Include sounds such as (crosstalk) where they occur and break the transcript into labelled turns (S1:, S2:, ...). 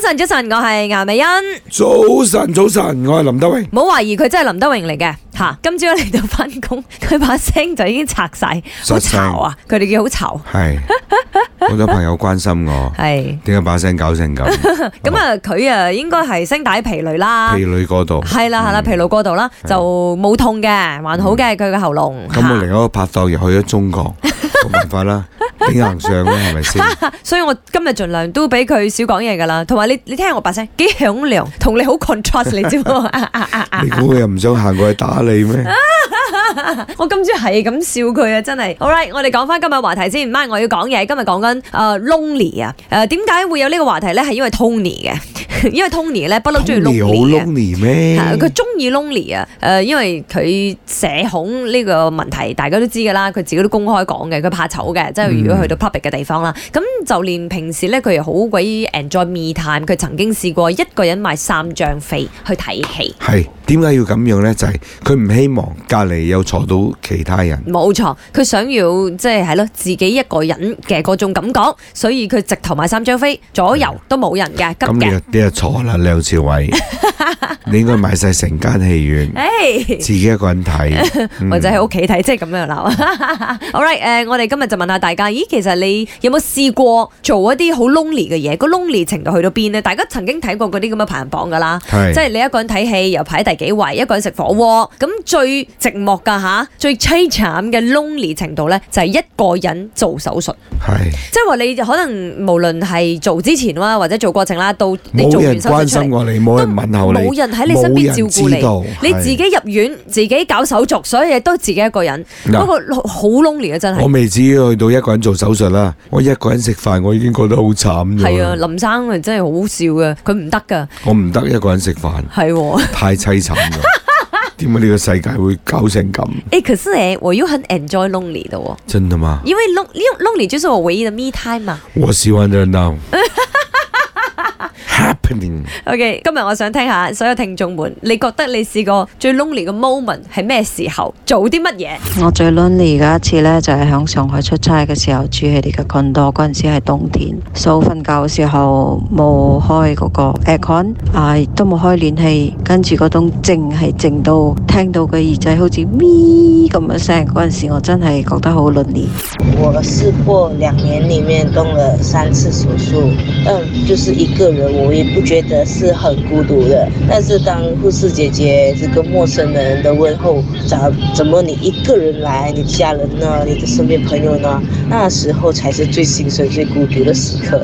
S1: 晨，早晨，我係顏美欣，
S2: 早晨，早晨，我係林德榮。
S1: 冇懷疑佢真係林德榮嚟嘅吓。今朝嚟到翻工， (laughs) 佢把聲就已經拆晒，好
S2: 殺聲
S1: 嘈啊！佢哋叫好嘈，
S2: 係，好多朋友關心 (laughs) 我，
S1: 係
S2: 點解把聲搞成咁？啊
S1: 咁啊，佢啊應該係聲帶疲累啦
S2: 疲，累嗰度。
S1: 係啦係嗯啊啦，疲勞過度啦，就冇痛嘅，還好嘅，佢嘅喉嚨
S2: 咁我另
S1: 吓
S2: 一個拍檔又去咗中 (laughs) 國，冇辦法啦，頂硬上啦，係咪先？ (laughs)
S1: 所以我今日盡量都俾佢少講嘢噶啦，同埋你你聽我把聲幾響亮，同你好 contrast 你 (laughs) 知啊冇？
S2: 你估佢又唔想行過去打你咩？
S1: 我今朝係咁笑佢啊，真係。好 right，我哋講翻今日話題先。唔係，我要講嘢。今日講緊誒 lonely 啊。誒點解會有呢個話題咧？係因為 Tony 嘅， (laughs) 因為 Tony 咧不嬲中意
S2: Tony 好
S1: lonely 嘅。
S2: lonely 咩？
S1: 係佢中意 lonely 啊！誒，因為佢社恐呢個問題，大家都知㗎啦。佢自己都公開講嘅，佢怕醜嘅，即
S2: 嗯
S1: 係如果去到 public 嘅地方啦。咁就連平時咧，佢又好鬼 enjoy me time。佢曾經試過一個人買三張飛去睇戲，
S2: 係點解要咁樣呢？就係佢唔希望隔離有坐到其他人。
S1: 冇錯，佢想要即係係咯，自己一個人嘅嗰種感覺，所以佢直頭買三張飛，左右都冇人嘅，急
S2: 嗯咁你
S1: 嘅
S2: 又。你又錯啦，梁朝偉， (laughs) 你應該買晒成間戲院， (laughs)
S1: 誒
S2: 自己一個人 (laughs) 睇。嗯
S1: 或者喺屋企睇，即係咁樣啦。 (laughs) 好 right，誒，我哋今日就問下大家，咦，其實你有冇試過做一啲好 lonely 嘅嘢？個 lonely 程度去到邊呢？大家曾經睇過嗰啲咁嘅排行榜㗎啦，
S2: 係
S1: 即係你一個人睇戲又排第幾位，一個人食火鍋，咁最寂寞㗎吓，最凄慘嘅 lonely 程度呢，就係一個人做手術。
S2: 係
S1: 即係話你可能無論係做之前啦，或者做過程啦，到你做完
S2: 冇人
S1: 手術
S2: 關
S1: 出
S2: 心
S1: 嚟，
S2: 過你，冇人問候你，
S1: 冇人喺你身邊照
S2: 冇人知道
S1: 顧你，你自己入院，自己搞手續，所有嘢都自己一個人，
S2: 嗱
S1: 嗰個好 lonely 啊，真
S2: 係我
S1: 係。
S2: 未至於去到一個人做手術啦，我一個人食飯，我已經覺得好慘咗。
S1: 係啊，，林生啊，真係好好笑嘅，佢唔得㗎，
S2: 我唔得一個人食飯，
S1: 係喎。
S2: (laughs) 太凄
S1: (laughs)
S2: 慘啦。點解呢個世界會搞成咁？
S1: 誒，可是誒，我又很 enjoy lonely 的喎，
S2: 真的嗎？
S1: 因為 lon lonely 就是我唯一的 me time 啊嘛。
S2: 我喜歡熱
S1: (laughs)
S2: 鬧。Happening，
S1: OK，今日我想聽下所有聽眾們，你覺得你試過最 lonely 嘅 moment 係咩時候？做啲乜嘢？
S3: 我最 lonely 嘅一次呢，就係、喺上海出差嘅時候住佢哋嘅 condo，嗰陣時係冬天，所以瞓覺嘅時候冇開嗰個 aircon，啊亦都冇開暖氣，跟住嗰種靜係靜到聽到個耳仔好似咪咁嘅聲，嗰陣時我真係覺得好 lonely。
S4: 我试过两年里面动了三次手术，但就是一个人，我也不觉得是很孤独的。但是当护士姐姐这个陌生人的问候，怎怎么你一个人来，你家人呢，你的身边朋友呢？那时候才是最心酸、最孤独的时刻。